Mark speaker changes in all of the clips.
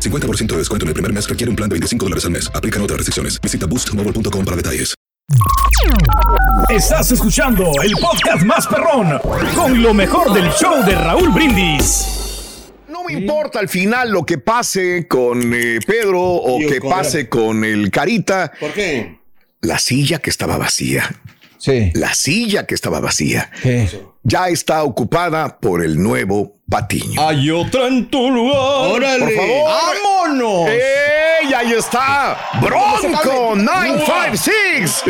Speaker 1: 50% de descuento en el primer mes requiere un plan de 25 dólares al mes. Aplican otras restricciones. Visita boostmobile.com para detalles.
Speaker 2: Estás escuchando el podcast más perrón con lo mejor del show de Raúl Brindis.
Speaker 3: No me importa al final lo que pase con eh, Pedro o
Speaker 4: Tío,
Speaker 3: que
Speaker 4: con-
Speaker 3: pase con el Carita.
Speaker 4: ¿Por qué?
Speaker 3: La silla que estaba vacía.
Speaker 5: Sí.
Speaker 3: La silla que estaba vacía.
Speaker 5: sí.
Speaker 3: Ya está ocupada por el nuevo Patiño.
Speaker 2: Hay otra en tu lugar.
Speaker 4: ¡Órale!
Speaker 3: Por favor.
Speaker 4: ¡Vámonos!
Speaker 3: ¡Ey! Ahí está. Bronco 956.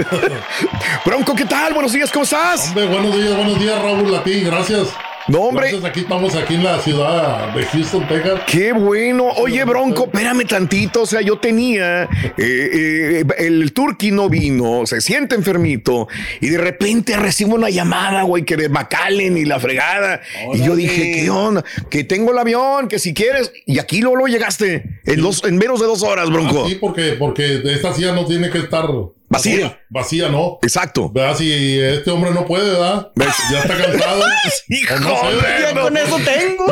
Speaker 3: Bronco, ¿qué tal? Buenos días, ¿cómo estás?
Speaker 6: Hombre, buenos días, buenos días, Raúl Latín, gracias.
Speaker 3: No, hombre.
Speaker 6: Gracias, aquí estamos aquí en la ciudad de Houston, Texas.
Speaker 3: Qué bueno. Oye, Bronco, espérame tantito. O sea, yo tenía eh, eh, el turqui no vino, se siente enfermito y de repente recibo una llamada, güey, que de Macalen y la fregada. Y yo
Speaker 4: Órale.
Speaker 3: dije, ¿qué onda? Que tengo el avión, que si quieres. Y aquí luego, luego llegaste en, dos, en menos de dos horas, Bronco.
Speaker 6: Ah, Sí, porque, porque esta silla no tiene que estar
Speaker 3: Vacía.
Speaker 6: vacía, ¿no?
Speaker 3: Exacto.
Speaker 6: ¿Verdad? Si este hombre no puede, ¿verdad?
Speaker 3: ¿Ves?
Speaker 6: Ya está cansado.
Speaker 3: Hijo
Speaker 6: O no sé,
Speaker 3: de-
Speaker 6: ¿verdad?
Speaker 4: Con eso tengo.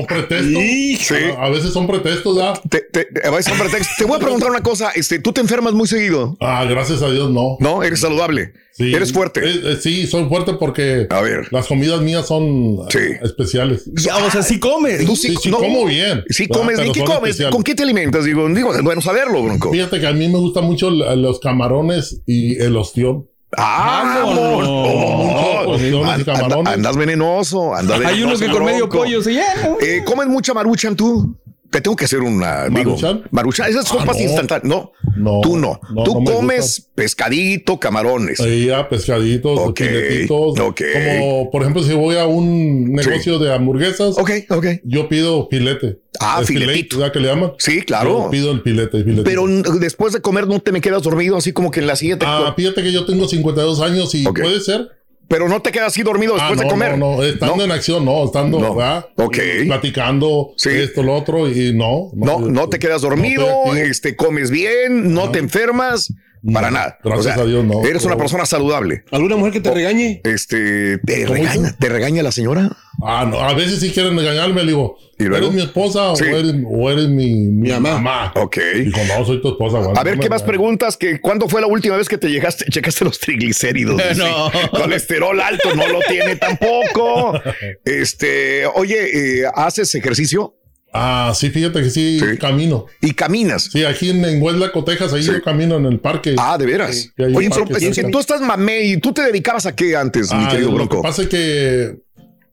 Speaker 6: O pretextos.
Speaker 3: Sí.
Speaker 6: A veces son pretextos, ¿verdad?
Speaker 3: Te, te- a ver, hombre, te- te voy a preguntar una cosa. Este, ¿Tú te enfermas muy seguido?
Speaker 6: Ah, gracias a Dios, no.
Speaker 3: ¿No? ¿Eres saludable?
Speaker 6: Sí.
Speaker 3: ¿Eres fuerte?
Speaker 6: Eh, eh, sí, soy fuerte porque
Speaker 3: A ver.
Speaker 6: las comidas mías son
Speaker 3: Sí.
Speaker 6: eh, especiales.
Speaker 2: Ya, o sea, sí comes.
Speaker 3: Tú
Speaker 6: Sí, sí, como bien.
Speaker 3: Si
Speaker 6: ¿verdad?
Speaker 3: comes, ¿de
Speaker 6: Pero
Speaker 3: qué
Speaker 6: son
Speaker 3: comes?
Speaker 6: especiales.
Speaker 3: ¿Con qué te alimentas? Digo, digo, es bueno saberlo, Bronco.
Speaker 6: Fíjate que a mí me gustan mucho la- los camarones y el ostión.
Speaker 3: ¡Ah, amor! Oh,
Speaker 6: Pues, sí,
Speaker 3: an-
Speaker 6: unos
Speaker 3: anda-
Speaker 6: camarones.
Speaker 3: andas venenoso, andas
Speaker 5: Hay
Speaker 3: venenoso,
Speaker 5: unos que con medio
Speaker 3: Bronco.
Speaker 5: pollo se llenan.
Speaker 3: Eh, ¿Comes mucha maruchan tú? Te tengo que hacer una. digo,
Speaker 6: ¿Maruchan? Ah,
Speaker 3: maruchan, esas sopas
Speaker 6: no.
Speaker 3: instantáneas. No,
Speaker 6: No,
Speaker 3: tú no.
Speaker 6: no,
Speaker 3: tú
Speaker 6: no me
Speaker 3: comes pescadito, camarones.
Speaker 6: Ahí a pescaditos,
Speaker 3: Ok,
Speaker 6: filetitos.
Speaker 3: ok.
Speaker 6: Como, por ejemplo, si voy a un negocio de hamburguesas,
Speaker 3: Ok, ok.
Speaker 6: yo pido filete.
Speaker 3: Ah,
Speaker 6: El filete,
Speaker 3: filetito.
Speaker 6: ¿verdad que le llaman?
Speaker 3: Sí, claro.
Speaker 6: Yo pido el filete, el filetito.
Speaker 3: Pero n- después de comer no te me quedas dormido así como que en la silla. te-
Speaker 6: Ah, fíjate que yo tengo 52 años y
Speaker 3: Ok.
Speaker 6: puede ser.
Speaker 3: pero no te quedas así dormido
Speaker 6: Ah,
Speaker 3: después
Speaker 6: no,
Speaker 3: de comer.
Speaker 6: no, no, estando
Speaker 3: No.
Speaker 6: en acción, no, estando,
Speaker 3: No.
Speaker 6: ¿verdad?
Speaker 3: Ok.
Speaker 6: Platicando
Speaker 3: Sí.
Speaker 6: esto, lo otro, y no.
Speaker 3: No,
Speaker 6: yo-
Speaker 3: no te quedas
Speaker 6: pues. no estoy
Speaker 3: dormido,
Speaker 6: activo.
Speaker 3: este, comes bien, no te enfermas, para
Speaker 6: No,
Speaker 3: nada.
Speaker 6: gracias a Dios, no.
Speaker 3: Eres una
Speaker 6: No.
Speaker 3: persona saludable.
Speaker 4: ¿Alguna mujer que te regañe?
Speaker 3: Este, te
Speaker 6: ¿Cómo
Speaker 3: regaña, te regaña la señora.
Speaker 6: Ah, no, a veces sí quieren engañarme, le digo,
Speaker 3: ¿Y luego?
Speaker 6: ¿eres mi esposa
Speaker 3: Sí.
Speaker 6: o, eres, o eres mi, mi
Speaker 4: mamá.
Speaker 6: mamá?
Speaker 3: Ok.
Speaker 6: Dijo, no, soy tu esposa. güey,
Speaker 3: A
Speaker 6: no
Speaker 3: ver,
Speaker 6: me
Speaker 3: ¿qué más
Speaker 6: engañes".
Speaker 3: preguntas? Que ¿Cuándo fue la última vez que te llegaste, checaste los triglicéridos?
Speaker 4: No.
Speaker 3: Dice, Colesterol alto no lo tiene tampoco. Este, oye, eh, ¿haces ejercicio
Speaker 6: Ah, sí, fíjate que sí,
Speaker 3: Sí.
Speaker 6: camino.
Speaker 3: y caminas?
Speaker 6: Sí, aquí en, en Huesla, Texas, ahí
Speaker 3: Sí.
Speaker 6: yo camino en el parque.
Speaker 3: Ah, de veras.
Speaker 6: Sí, hay un
Speaker 3: Oye,
Speaker 6: parque
Speaker 3: pero, pues,
Speaker 6: cerca.
Speaker 3: tú estás mamé y tú te dedicabas a qué antes, mi
Speaker 6: Ah,
Speaker 3: querido
Speaker 6: lo
Speaker 3: Bronco.
Speaker 6: que pasa es que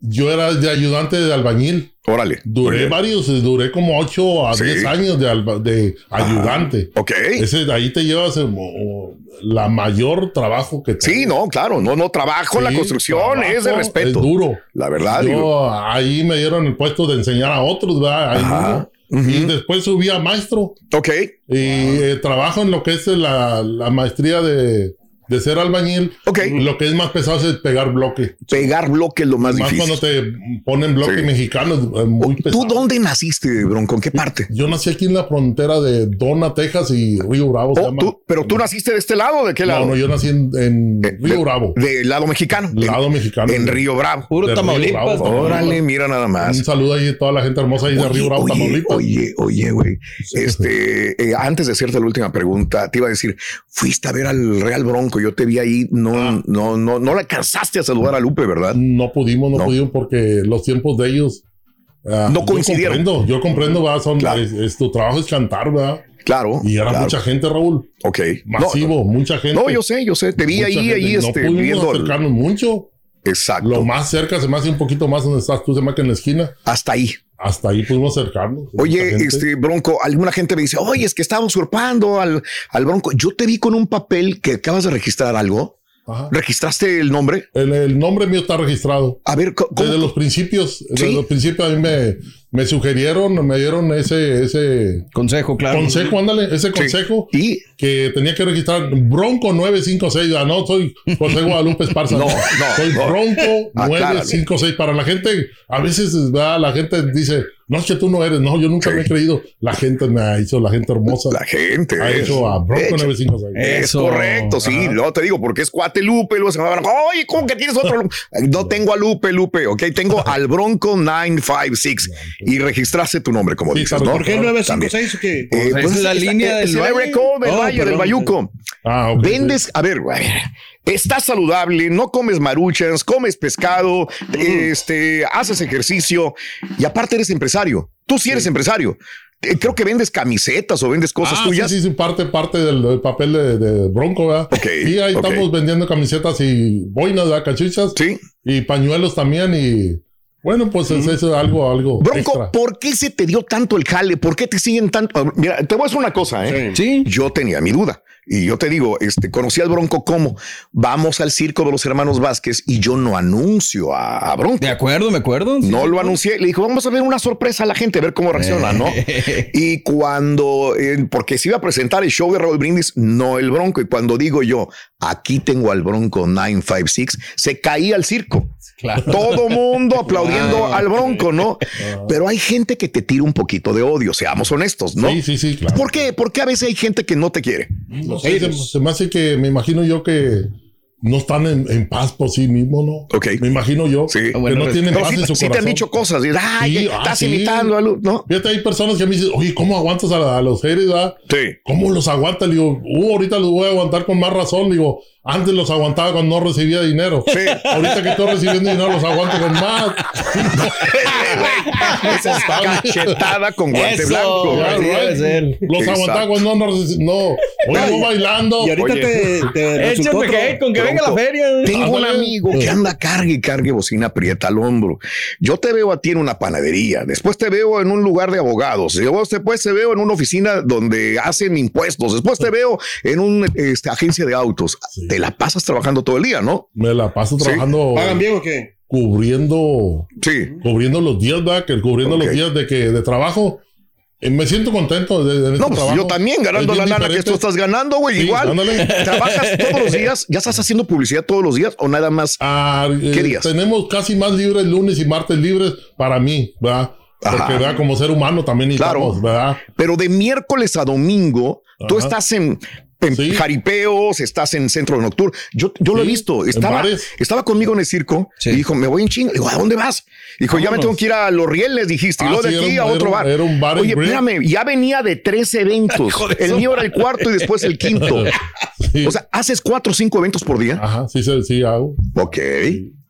Speaker 6: yo era de ayudante de albañil.
Speaker 3: Órale. Muy
Speaker 6: Duré
Speaker 3: bien.
Speaker 6: varios, eh, duré como 8 a
Speaker 3: Sí. Ah,
Speaker 6: 10 años de, alba- de ayudante.
Speaker 3: Ok.
Speaker 6: Ese de ahí te llevas el mo- la mayor trabajo que
Speaker 3: Sí, no, claro, no, no trabajo en la
Speaker 6: Sí,
Speaker 3: construcción,
Speaker 6: trabajo,
Speaker 3: es de respeto.
Speaker 6: Es duro.
Speaker 3: La verdad,
Speaker 6: Yo
Speaker 3: digo,
Speaker 6: ahí me dieron el puesto de enseñar a otros, ¿verdad? Ahí
Speaker 3: Ajá.
Speaker 6: mismo. Y
Speaker 3: Ujú.
Speaker 6: después subí a maestro
Speaker 3: ok,
Speaker 6: y eh, trabajo en lo que es la, la maestría de, de ser albañil.
Speaker 3: ok.
Speaker 6: Lo que es más pesado es pegar bloque.
Speaker 3: Pegar bloque es lo más
Speaker 6: más
Speaker 3: difícil.
Speaker 6: cuando te ponen bloque
Speaker 3: Sí. Oh,
Speaker 6: mexicano es eh, muy pesado.
Speaker 3: ¿Tú dónde naciste, Bronco? ¿En qué parte?
Speaker 6: Yo nací aquí en la frontera de Dona, Texas y Río Bravo. se
Speaker 3: Oh,
Speaker 6: llama.
Speaker 3: tú- pero tú naciste de este lado, ¿de qué
Speaker 6: No,
Speaker 3: lado?
Speaker 6: no, yo nací en, en
Speaker 3: Eh,
Speaker 6: Río Bravo,
Speaker 3: Del lado mexicano.
Speaker 6: lado
Speaker 3: en,
Speaker 6: mexicano.
Speaker 3: en Río Bravo.
Speaker 6: De
Speaker 4: Puro
Speaker 6: Río
Speaker 4: Tamaulipas.
Speaker 6: Bravo.
Speaker 3: Órale, mira nada
Speaker 6: Un
Speaker 3: más.
Speaker 6: saludo ahí a toda la gente hermosa ahí de Río Bravo,
Speaker 3: oye,
Speaker 6: Tamaulipas.
Speaker 3: oye, oye, güey. Este, eh, antes de hacerte la última pregunta, te iba a decir, fuiste a ver al Real Bronco, yo te vi ahí,
Speaker 6: Ah.
Speaker 3: no, no, no, no le alcanzaste a saludar a Lupe, ¿verdad?
Speaker 6: No pudimos, no,
Speaker 3: No.
Speaker 6: pudimos porque los tiempos de ellos Ah,
Speaker 3: No coincidieron.
Speaker 6: Yo comprendo, yo comprendo, va, son,
Speaker 3: Claro.
Speaker 6: es, es- tu trabajo es chantar, ¿verdad?
Speaker 3: Claro.
Speaker 6: Y era
Speaker 3: claro.
Speaker 6: mucha gente, Raúl.
Speaker 3: Ok. No,
Speaker 6: Masivo, mucha gente.
Speaker 3: No, yo sé, yo sé. Te vi
Speaker 6: mucha
Speaker 3: ahí,
Speaker 6: gente.
Speaker 3: ahí,
Speaker 6: No
Speaker 3: este,
Speaker 6: pudimos
Speaker 3: viendo el-
Speaker 6: acercarnos mucho.
Speaker 3: Exacto.
Speaker 6: Lo más cerca, se me hace un poquito más donde estás tú, se me hace que en la esquina.
Speaker 3: Hasta ahí.
Speaker 6: Hasta ahí pudimos acercarnos.
Speaker 3: Oye,
Speaker 6: Mucha gente.
Speaker 3: este Bronco, alguna gente me dice, oye, es que estaba usurpando al, al Bronco. Yo te vi con un papel que acabas de registrar algo.
Speaker 6: Ajá.
Speaker 3: ¿Registraste el nombre?
Speaker 6: El, el nombre mío está registrado.
Speaker 3: A ver, co- ¿cómo?
Speaker 6: Desde los principios, desde
Speaker 3: ¿Sí?
Speaker 6: los principios a mí me, me sugirieron, me dieron ese, ese
Speaker 4: Consejo, claro.
Speaker 6: consejo, ándale, ese
Speaker 3: Sí.
Speaker 6: consejo
Speaker 3: Y
Speaker 6: que tenía que registrar Bronco 956. Ah, no, soy José Guadalupe Esparza.
Speaker 3: No, no,
Speaker 6: soy
Speaker 3: no. Ah,
Speaker 6: Bronco
Speaker 3: Acláralo.
Speaker 6: 956. Para la gente, a veces ¿verdad? la gente dice, no es que tú no eres, no, yo nunca
Speaker 3: Sí.
Speaker 6: me he creído. La gente me ha hecho, la gente hermosa
Speaker 3: la gente.
Speaker 6: ha
Speaker 3: es- Eh.
Speaker 6: hecho a Bronco
Speaker 3: Hecho.
Speaker 6: 956.
Speaker 3: Es
Speaker 4: Eso.
Speaker 3: correcto, sí.
Speaker 6: Ajá.
Speaker 3: No te digo porque es cuate Lupe. y Luego se me van a- oye, ¿cómo que tienes otro? Lupe?" No tengo a Lupe, Lupe. Ok, tengo al Bronco 956 y registraste tu nombre, como
Speaker 6: Sí,
Speaker 3: dices,
Speaker 6: claro.
Speaker 3: ¿no?
Speaker 6: ¿Por
Speaker 4: ¿Por qué
Speaker 3: También.
Speaker 4: 956 o qué?
Speaker 3: Eh, pues
Speaker 4: es la
Speaker 3: que está-
Speaker 4: línea
Speaker 3: es
Speaker 4: del
Speaker 3: el
Speaker 4: valle.
Speaker 3: área code del
Speaker 4: Oh,
Speaker 3: valle, del
Speaker 4: perdón.
Speaker 3: Bayuco.
Speaker 6: Ah, ok.
Speaker 3: Vendes, a ver, a ver, estás saludable, no comes maruchas, comes pescado, este, haces ejercicio y aparte eres empresario. Tú sí eres empresario. Eh, Creo que vendes camisetas o vendes cosas
Speaker 6: Ah,
Speaker 3: tuyas.
Speaker 6: Sí, sí, sí, parte, parte del, del papel de, de Bronco, ¿verdad?
Speaker 3: Ok,
Speaker 6: Y ahí
Speaker 3: ok.
Speaker 6: estamos vendiendo camisetas y boinas, ¿verdad? Cachuchas
Speaker 3: Sí.
Speaker 6: y pañuelos también y bueno, pues es, es algo, algo
Speaker 3: Bronco,
Speaker 6: extra.
Speaker 3: ¿por qué se te dio tanto el jale? ¿Por qué te siguen tanto? Ah, Mira, te voy a decir una cosa, ¿eh?
Speaker 4: Sí.
Speaker 3: Yo tenía mi duda y yo te digo, este, conocí al Bronco como vamos al circo de los hermanos Vázquez y yo no anuncio a, a Bronco.
Speaker 4: De acuerdo, me acuerdo. sí.
Speaker 3: No lo anuncié. Le dijo, vamos a ver una sorpresa a la gente, a ver cómo reacciona, ¿no? Y cuando, eh, porque se iba a presentar el show de Raúl Brindis, no el Bronco. Y cuando digo yo, aquí tengo al Bronco 956, se caía al circo. Todo mundo aplaudiendo
Speaker 4: Claro.
Speaker 3: al Bronco, ¿no? Pero hay gente que te tira un poquito de odio, seamos honestos, ¿no?
Speaker 6: Sí, sí, sí, claro.
Speaker 3: ¿Por pues. qué? Porque a veces hay gente que no te quiere.
Speaker 6: No sé, se, se me hace que me imagino yo que no están en, en paz por sí mismos, ¿no?
Speaker 3: Ok.
Speaker 6: Me imagino yo
Speaker 3: Sí.
Speaker 6: que
Speaker 3: Ah,
Speaker 4: bueno,
Speaker 6: no tienen
Speaker 3: Pero
Speaker 6: paz
Speaker 3: sí,
Speaker 6: en su
Speaker 3: sí te han
Speaker 6: corazón.
Speaker 3: dicho cosas. dices, Ay,
Speaker 6: Sí, ah,
Speaker 3: estás
Speaker 6: sí.
Speaker 3: imitando a Luz, ¿no?
Speaker 6: Fíjate, hay personas que me dicen, oye, ¿cómo aguantas a, la- a los haters? ¿verdad?
Speaker 3: Sí.
Speaker 6: ¿Cómo los aguanta? Le digo, uh, ahorita los voy a aguantar con más razón. Le digo, antes los aguantaba cuando no recibía dinero. Ahorita que estoy recibiendo dinero, los aguanto con más.
Speaker 3: Esa es cachetada con guante
Speaker 4: Eso.
Speaker 3: blanco.
Speaker 6: Ya,
Speaker 4: Así
Speaker 6: right.
Speaker 4: debe ser.
Speaker 6: Los aguantaba
Speaker 3: Exacto.
Speaker 6: cuando no reci- No, oye, voy bailando.
Speaker 4: Y ahorita
Speaker 3: Oye.
Speaker 4: te, te resultó otro-
Speaker 2: con que venga la feria.
Speaker 3: Tengo un
Speaker 6: Ándale.
Speaker 3: amigo que anda cargue y cargue bocina aprieta al hombro. Yo te veo a ti en una panadería, después te veo en un lugar de abogados, luego después te veo en una oficina donde hacen impuestos, después te veo en una agencia de autos.
Speaker 6: Sí.
Speaker 3: Te la pasas trabajando todo el día, ¿no?
Speaker 6: Me la paso
Speaker 3: Sí.
Speaker 6: trabajando,
Speaker 4: ¿Pagan bien o qué?
Speaker 6: cubriendo,
Speaker 3: Sí.
Speaker 6: cubriendo los días, ¿verdad? Que cubriendo
Speaker 3: Ok.
Speaker 6: los días de que de trabajo. Eh, me siento contento de, de este
Speaker 3: No, pues
Speaker 6: trabajo.
Speaker 3: yo también ganando
Speaker 6: Es
Speaker 3: la
Speaker 6: bien
Speaker 3: lana que
Speaker 6: diferente.
Speaker 3: tú estás ganando, güey.
Speaker 6: Sí,
Speaker 3: Igual.
Speaker 6: ándale.
Speaker 3: Trabajas todos los días, ya estás haciendo publicidad todos los días o nada más.
Speaker 6: Ah, eh,
Speaker 3: ¿Qué días?
Speaker 6: Tenemos casi más libres lunes y martes libres para mí, ¿verdad? Porque
Speaker 3: Ajá.
Speaker 6: ¿verdad? como ser humano también
Speaker 3: Claro.
Speaker 6: necesitamos, ¿verdad?
Speaker 3: Pero de miércoles a domingo, tú
Speaker 6: Ajá.
Speaker 3: estás en, en
Speaker 6: Sí.
Speaker 3: jaripeos, estás en centro nocturno. Yo, yo lo he
Speaker 6: Sí,
Speaker 3: visto.
Speaker 6: en
Speaker 3: Estaba,
Speaker 6: bares.
Speaker 3: estaba conmigo en el circo
Speaker 4: Sí.
Speaker 3: y dijo, me voy en chinga. Digo, ¿a dónde vas? Dijo, ya me
Speaker 6: Vámonos.
Speaker 3: tengo que ir a Los Rieles, dijiste. y
Speaker 6: Ah,
Speaker 3: luego de
Speaker 6: sí, era
Speaker 3: aquí
Speaker 6: un-
Speaker 3: a
Speaker 6: era
Speaker 3: otro
Speaker 6: un-
Speaker 3: bar.
Speaker 6: era un bar en
Speaker 3: Oye,
Speaker 6: Brick.
Speaker 3: espérame, ya venía de tres eventos. el mío era el cuarto y después el quinto.
Speaker 6: Sí.
Speaker 3: O sea, haces cuatro o cinco eventos por día.
Speaker 6: Ajá, sí, sí, sí hago.
Speaker 3: Ok.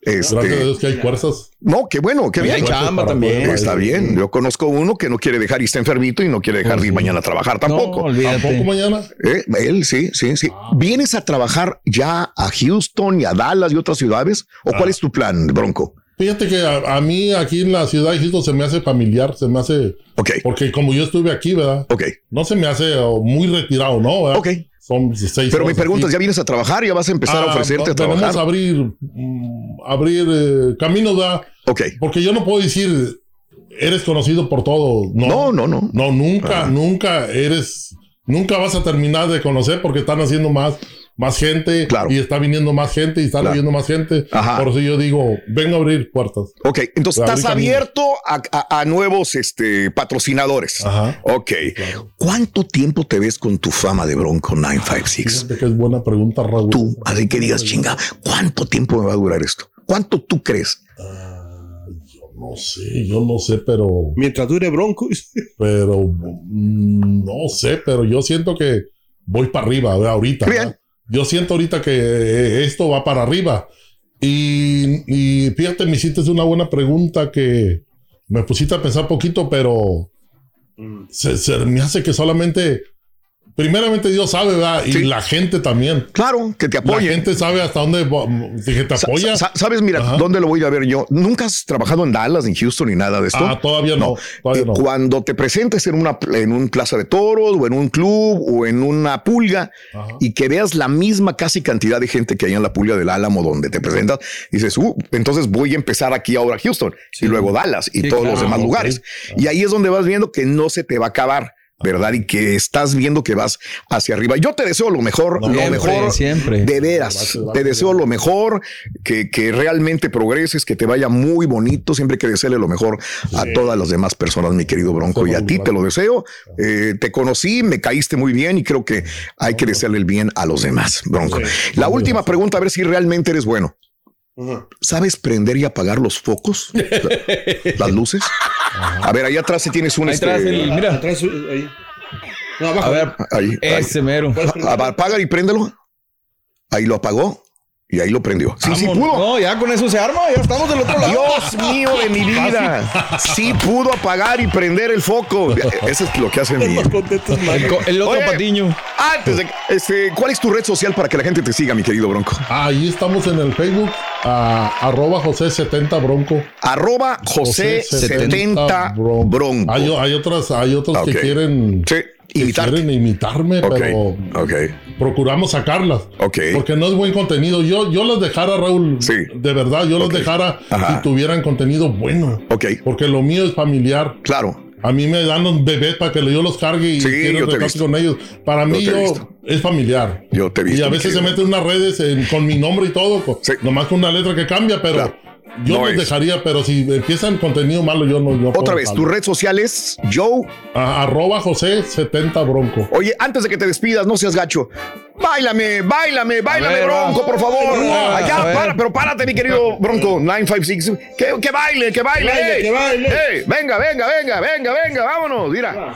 Speaker 6: Gracias a
Speaker 3: Este,
Speaker 6: Dios que hay fuerzas.
Speaker 3: no, qué bueno, qué
Speaker 4: Y
Speaker 3: bien.
Speaker 4: hay chamba
Speaker 6: para
Speaker 4: también.
Speaker 6: poder-
Speaker 3: Pues Está bien. Yo conozco uno que no quiere dejar y está enfermito y no quiere dejar de ir mañana a trabajar tampoco.
Speaker 4: No, olvídate.
Speaker 6: ¿Tampoco mañana?
Speaker 3: Eh, él, sí, sí, sí. ¿Vienes a trabajar ya a Houston y a Dallas y otras ciudades? ¿O cuál es tu plan, Bronco?
Speaker 6: Fíjate que a, a mí aquí en la ciudad de Houston se me hace familiar, se me hace...
Speaker 3: Ok,
Speaker 6: Porque como yo estuve aquí, ¿verdad?
Speaker 3: ok,
Speaker 6: No se me hace oh, muy retirado, ¿no? ¿verdad?
Speaker 3: ok.
Speaker 6: Son seis
Speaker 3: Pero mi
Speaker 6: horas
Speaker 3: pregunta es,
Speaker 6: aquí.
Speaker 3: ¿ya vienes a trabajar? ¿Ya vas a empezar a
Speaker 6: Ah,
Speaker 3: ofrecerte a
Speaker 6: tenemos
Speaker 3: trabajar?
Speaker 6: abrir, mm, abrir eh, caminos, ¿verdad?
Speaker 3: Ok.
Speaker 6: Porque yo no puedo decir, eres conocido por todo. No,
Speaker 3: No, Ah. no, no.
Speaker 6: No, nunca, nunca eres, nunca vas a terminar de conocer porque están haciendo más, más gente
Speaker 3: Claro.
Speaker 6: y está viniendo más gente y está
Speaker 3: Claro.
Speaker 6: viniendo más gente.
Speaker 3: Ajá.
Speaker 6: Por eso yo digo, vengo a abrir puertas.
Speaker 3: Ok, entonces
Speaker 6: Abrir
Speaker 3: estás
Speaker 6: camino.
Speaker 3: abierto a, a- a nuevos este, patrocinadores.
Speaker 6: Ajá.
Speaker 3: Ok.
Speaker 6: Ah, Claro.
Speaker 3: ¿Cuánto tiempo te ves con tu fama de Bronco 956?
Speaker 6: Fíjate que es buena pregunta, Raúl.
Speaker 3: Tú, así que digas, chinga, ¿cuánto tiempo me va a durar esto? ¿Cuánto tú crees?
Speaker 6: Ah, Yo no sé, yo no sé, pero,
Speaker 4: Mientras dure Bronco.
Speaker 6: pero mm, no sé, pero yo siento que voy para arriba, ¿verdad? ahorita.
Speaker 3: Bien.
Speaker 6: ¿verdad? Yo siento ahorita que eh, esto va para arriba. Y, y fíjate, me hiciste una buena pregunta que me pusiste a pensar poquito, pero se, se me hace que solamente, primeramente Dios sabe, ¿verdad? Y
Speaker 3: Sí.
Speaker 6: la gente también.
Speaker 3: Claro, que te
Speaker 6: La
Speaker 3: apoyen.
Speaker 6: gente sabe hasta dónde va- mm, dije, te
Speaker 3: Sa-
Speaker 6: apoya.
Speaker 3: sa- Sabes, mira,
Speaker 6: Ajá.
Speaker 3: ¿dónde lo voy a ir a ver yo? Nunca has trabajado en Dallas, ni Houston, ni nada de esto.
Speaker 6: Ah, todavía no, todavía
Speaker 3: Eh,
Speaker 6: no.
Speaker 3: Cuando te presentes en una en un plaza de toros o en un club o en una pulga
Speaker 6: Ajá.
Speaker 3: y que veas la misma casi cantidad de gente que hay en la pulga del Álamo donde te presentas, dices, uh, entonces voy a empezar aquí ahora Houston y luego Dallas y
Speaker 4: Sí,
Speaker 3: todos los
Speaker 4: claro,
Speaker 3: demás
Speaker 6: ok.
Speaker 3: lugares. Y ahí es donde vas viendo que no se te va a acabar. ¿Verdad? Y que estás viendo que vas hacia arriba. Yo te deseo lo mejor,
Speaker 6: No,
Speaker 3: lo
Speaker 6: siempre,
Speaker 4: pues.
Speaker 3: mejor
Speaker 4: siempre.
Speaker 3: de veras.
Speaker 6: Gracias, gracias.
Speaker 3: Te deseo lo mejor, que, que realmente progreses, que te vaya muy bonito. Siempre que desearle lo mejor a todas las demás personas, mi querido Bronco. Y a ti te lo deseo. Eh, te conocí, me caíste muy bien y creo que hay que desearle el bien a los demás, Bronco. La última pregunta, a ver si realmente eres bueno. ¿Sabes prender y apagar los focos? Las luces. A ver, allá atrás si tienes un...
Speaker 4: Ahí
Speaker 3: este,
Speaker 4: atrás el, mira,
Speaker 5: Atrás, ahí. No, abajo.
Speaker 4: a ver,
Speaker 3: ahí, ahí.
Speaker 4: ese mero.
Speaker 3: A- a- Apaga y préndelo. Ahí lo apagó y ahí lo prendió. Sí, sí
Speaker 4: Vámonos.
Speaker 3: pudo.
Speaker 4: No, ya con eso se arma, ya estamos del otro lado.
Speaker 3: Dios mío de mi vida. Sí pudo apagar y prender el foco. Eso es lo que hace mi.
Speaker 4: El, co- el otro
Speaker 3: Oye.
Speaker 4: patiño.
Speaker 3: Antes de, este, ¿cuál es tu red social para que la gente te siga, mi querido Bronco?
Speaker 6: Ah, Ahí estamos en el Facebook, a- arroba José 70 Bronco.
Speaker 3: Arroba José, 70 Bronco.
Speaker 6: Hay, hay otras, hay otros
Speaker 3: Ah, ok.
Speaker 6: que quieren,
Speaker 3: Sí,
Speaker 6: que
Speaker 3: imitarte.
Speaker 6: quieren imitarme,
Speaker 3: Ok,
Speaker 6: pero
Speaker 3: ok,
Speaker 6: procuramos sacarlas.
Speaker 3: ok.
Speaker 6: Porque no es buen contenido. Yo, yo las dejara, Raúl,
Speaker 3: Sí.
Speaker 6: de verdad, yo las dejara
Speaker 3: Ajá.
Speaker 6: si tuvieran contenido bueno.
Speaker 3: Ok,
Speaker 6: Porque lo mío es familiar.
Speaker 3: claro.
Speaker 6: A mí me dan los bebés para que yo los cargue y
Speaker 3: Sí, yo
Speaker 6: quiero
Speaker 3: te he
Speaker 6: recargar
Speaker 3: visto.
Speaker 6: con ellos. Para mí
Speaker 3: te he
Speaker 6: yo-
Speaker 3: visto.
Speaker 6: es familiar.
Speaker 3: Yo te he visto,
Speaker 6: Y a
Speaker 3: mi
Speaker 6: veces se
Speaker 3: querido.
Speaker 6: meten unas redes en- con mi nombre y todo, co-
Speaker 3: Sí.
Speaker 6: nomás con una letra que cambia, pero
Speaker 3: Claro.
Speaker 6: yo
Speaker 3: No
Speaker 6: los
Speaker 3: es.
Speaker 6: dejaría. Pero si empiezan contenido malo, yo no. yo
Speaker 3: Otra
Speaker 6: puedo
Speaker 3: vez,
Speaker 6: dejarlo.
Speaker 3: tu red social es Joe
Speaker 6: A- arroba José 70 Bronco.
Speaker 3: Oye, antes de que te despidas, no seas gacho. Báilame, báilame, báilame,
Speaker 4: ver,
Speaker 3: Bronco,
Speaker 4: va.
Speaker 3: por favor.
Speaker 4: Ay, va,
Speaker 3: Allá,
Speaker 4: a ver.
Speaker 3: para, pero párate, mi querido Bronco. 956. Que, que baile, que baile.
Speaker 5: Que baile,
Speaker 3: ey.
Speaker 5: que baile.
Speaker 3: Ey, venga, venga, venga, venga, venga, vámonos. Mira.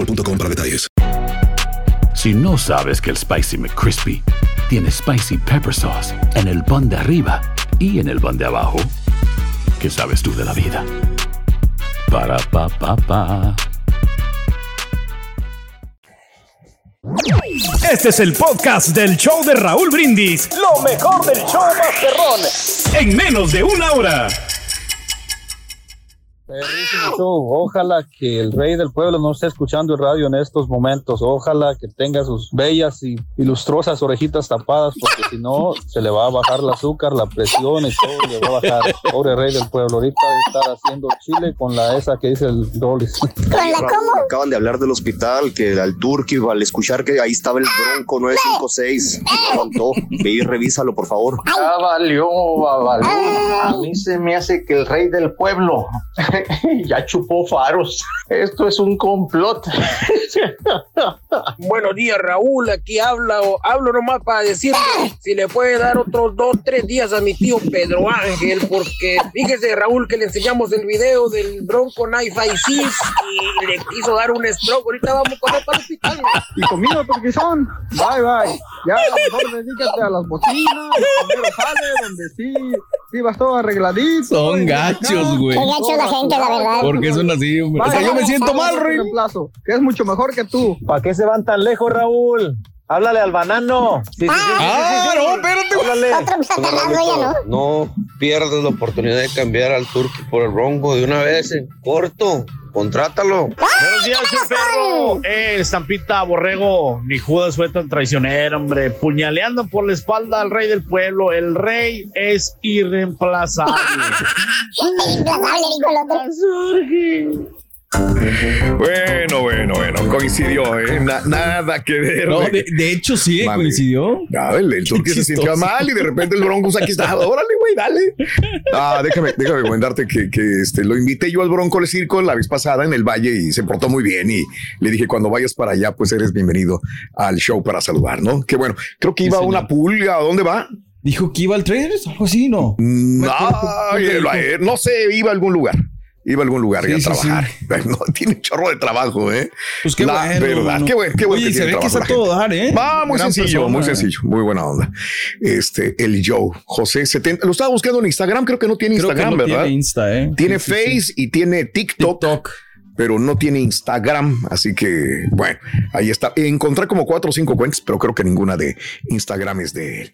Speaker 1: para detalles.
Speaker 7: Si no sabes que el Spicy McCrispy tiene Spicy Pepper Sauce en el pan de arriba y en el pan de abajo, ¿qué sabes tú de la vida? Para, pa, pa, pa.
Speaker 2: Este es el podcast del show de Raúl Brindis. Lo mejor del show Masterrón. En menos de una hora.
Speaker 8: Perrísimo show. Ojalá que el rey del pueblo no esté escuchando el radio en estos momentos. Ojalá que tenga sus bellas y ilustrosas orejitas tapadas, porque si no, se le va a bajar el azúcar, la presión y todo le va a bajar. Pobre rey del pueblo, ahorita debe estar haciendo chile con la esa que dice el Rollis.
Speaker 9: Acaban de hablar del hospital, que al turqui, al escuchar que ahí estaba el bronco 956, contó. Ve y revísalo, por favor.
Speaker 8: Ah, valió, valió. A mí se me hace que el rey del pueblo ya chupó faros. Esto es un complot.
Speaker 5: Buenos días, Raúl. Aquí habla, o hablo nomás para decirle si le puede dar otros dos, tres días a mi tío Pedro Ángel, porque fíjese, Raúl, que le enseñamos el video del Bronco Knife Six y le quiso dar un stroke. Ahorita vamos con él para el hospital.
Speaker 8: y conmigo porque son. Bye, bye. Ya mejor dedícate a las bocinas, primero sale donde sí, sí vas todo arregladito. pues,
Speaker 4: Son gachos, güey.
Speaker 8: la gente, la verdad.
Speaker 4: Porque son así, hombre. Hasta yo me siento mal, Rey.
Speaker 8: que es mucho mejor que tú. ¿Para qué se van tan lejos, Raúl? Háblale al banano.
Speaker 4: Ah, no, espérate, güey.
Speaker 5: No pierdas la oportunidad de cambiar al turqui por el Bronco de una vez en corto. Contrátalo.
Speaker 8: Buenos días, el Pues perro. Eh, estampita, borrego. Ni Judas fue tan traicionero, hombre. Puñaleando por la espalda al rey del pueblo. El rey es irreemplazable.
Speaker 3: Bueno, bueno, bueno, coincidió, ¿eh? Na- nada que ver.
Speaker 4: No, de- hecho, sí, coincidió.
Speaker 3: el, el turqui se sintió
Speaker 4: chistoso.
Speaker 3: mal y de repente el Broncos aquí está. Órale, güey, dale. Ah, déjame, déjame comentarte que, que, este, lo invité yo al Bronco Circo la vez pasada en el Valle y se portó muy bien. Y le dije, cuando vayas para allá, pues eres bienvenido al show para saludar, ¿no? Que bueno, creo que iba a una pulga. ¿A dónde va?
Speaker 4: Dijo que iba al Traders, algo así, ¿no?
Speaker 3: No, eh, no sé, iba a algún lugar. Iba a algún lugar y
Speaker 4: Sí,
Speaker 3: a
Speaker 4: sí,
Speaker 3: trabajar. No, tiene un chorro de trabajo, ¿eh?
Speaker 4: Pues qué
Speaker 3: La
Speaker 4: bueno,
Speaker 3: verdad,
Speaker 4: no.
Speaker 3: qué bueno, qué bueno
Speaker 4: Oye,
Speaker 3: que
Speaker 4: y se
Speaker 3: tiene
Speaker 4: ve que
Speaker 3: trabajo
Speaker 4: está
Speaker 3: la gente.
Speaker 4: todo dar, ¿eh?
Speaker 3: Va, muy
Speaker 4: Gran
Speaker 3: sencillo,
Speaker 4: persona. ¿eh?
Speaker 3: muy sencillo, muy buena onda. Este, el Joe, José 70. Lo estaba buscando en Instagram, creo que no tiene
Speaker 4: Creo que
Speaker 3: Instagram,
Speaker 4: no
Speaker 3: ¿verdad?
Speaker 4: tiene Insta, ¿eh?
Speaker 3: Tiene
Speaker 4: Sí, sí,
Speaker 3: Face y tiene TikTok. Pero no tiene Instagram, así que bueno, ahí está. Encontré como cuatro o cinco cuentas, pero creo que ninguna de Instagram es de él.